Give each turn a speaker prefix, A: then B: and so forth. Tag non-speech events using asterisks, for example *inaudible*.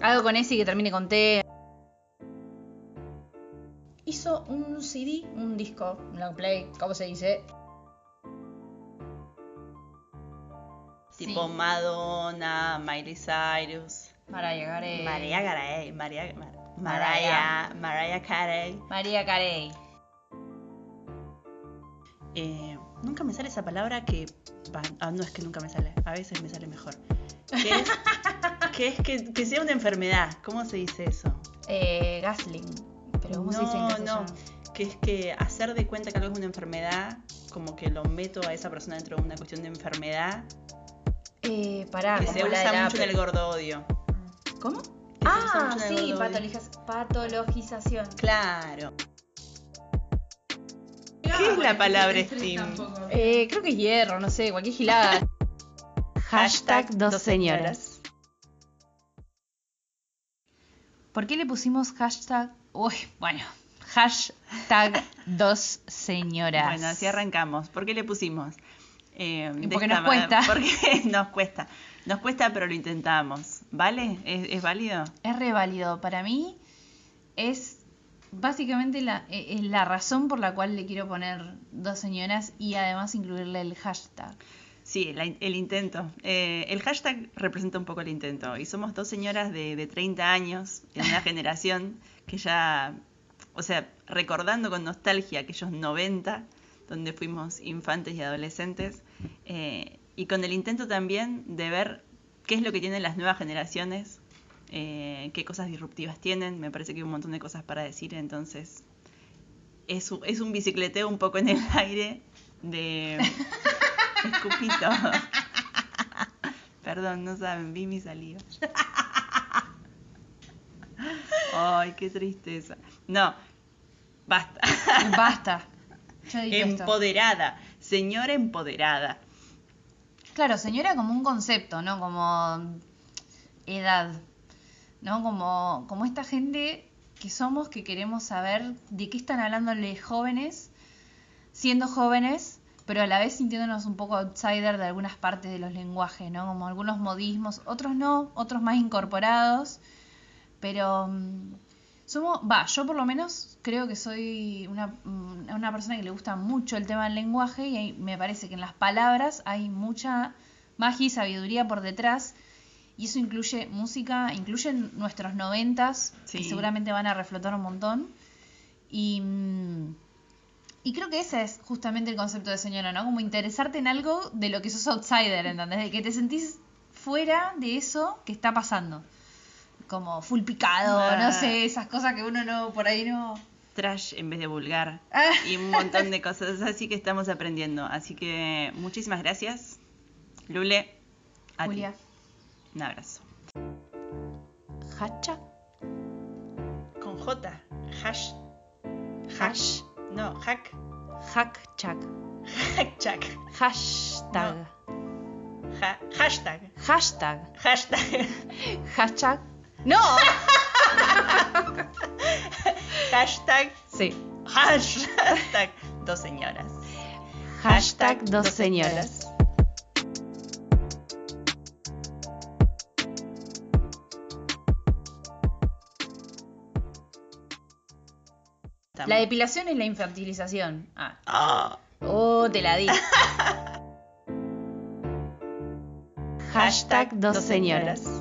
A: Algo con ese que termine con T. Hizo un CD, un disco, un long play, ¿cómo se dice?
B: Tipo
A: Sí.
B: Madonna, Miley Cyrus,
A: Mariah Carey.
B: Mariah Carey, Mariah, Mar-
A: Eh, Mariah.
B: Mariah, Mariah Carey.
A: María Carey.
B: Eh, nunca me sale esa palabra que... va, ah, no es que nunca me sale, a veces me sale mejor. Que
A: *laughs*
B: es, que, es que, que sea una enfermedad, ¿cómo se dice eso?
A: Eh, Gasling. Pero ¿cómo se dice en
B: No,
A: castellano?
B: Que es que hacer de cuenta que algo es una enfermedad, como que lo meto a esa persona dentro de una cuestión de enfermedad,
A: Eh, pará,
B: que
A: como
B: se
A: la
B: usa
A: de la-
B: mucho en el gordodio.
A: ¿Cómo?
B: se usa
A: Ah,
B: mucho en el
A: sí,
B: gordo,
A: patologiz- patologización.
B: Claro. Ah, ¿Qué es la palabra Steam?
A: Eh, creo que es hierro, no sé, cualquier gilada.
B: *laughs* Hashtag dos señoras.
A: ¿Por qué le pusimos hashtag? Uy, bueno,
B: *laughs*
A: hashtag dos señoras.
B: Bueno, así arrancamos. ¿Por qué le pusimos? Eh, de
A: Porque
B: esta
A: nos
B: manera-
A: cuesta.
B: *laughs* Porque nos cuesta. Nos cuesta, pero lo intentamos. ¿Vale? ¿Es, es válido?
A: Es re válido. Para mí es básicamente la, eh, es la razón por la cual le quiero poner dos señoras y además incluirle el
B: *laughs*
A: hashtag.
B: Sí, la in- el intento. Eh, el hashtag representa un poco el intento. Y somos dos señoras de, de 30 años, en una generación que ya, o sea, recordando con nostalgia aquellos 90, donde fuimos infantes y adolescentes, eh, y con el intento también de ver qué es lo que tienen las nuevas generaciones, eh, qué cosas disruptivas tienen. Me parece que hay un montón de cosas para decir, entonces es, u- es un bicicleteo un poco en el *laughs* aire de escupito. Perdón, no saben, vi mi saliva. Ay, qué tristeza. No, basta.
A: Basta. Yo dije esto.
B: Empoderada, señora empoderada.
A: Claro, señora como un concepto, ¿no? Como edad, ¿no? Como, como esta gente que somos que queremos saber de qué están hablando los jóvenes, siendo jóvenes, pero a la vez sintiéndonos un poco outsider de algunas partes de los lenguajes, ¿no? Como algunos modismos, otros no, otros más incorporados, pero mm, somos, va, yo por lo menos creo que soy una, mm, una persona que le gusta mucho el tema del lenguaje y ahí me parece que en las palabras hay mucha magia y sabiduría por detrás y eso incluye música, incluye nuestros noventas, que
B: Sí.
A: seguramente van a reflotar un montón y, mm, y creo que ese es justamente el concepto de señora, ¿no? Como interesarte en algo de lo que sos outsider, ¿entendés? De que te sentís fuera de eso que está pasando. Como full picado,
B: Ah.
A: no sé, esas cosas que uno no, por ahí no.
B: Trash en vez de vulgar.
A: Ah.
B: Y un montón de cosas así que estamos aprendiendo. Así que muchísimas gracias, Lule. a ti.
A: Julia.
B: Un abrazo.
A: Hacha.
B: Con J. Hash. Hash. No, hack. *laughs*
A: Hack chac.
B: Hack chac.
A: Hashtag.
B: Ha- hashtag.
A: Hashtag.
B: Hashtag. *laughs*
A: Hashtag. ¡No!
B: Hashtag.
A: *laughs* sí.
B: Hashtag. Dos señoras.
A: La depilación es la infantilización. Ah.
B: Ah.
A: Oh, te
B: *laughs*
A: la di.
B: Hashtag dos señoras.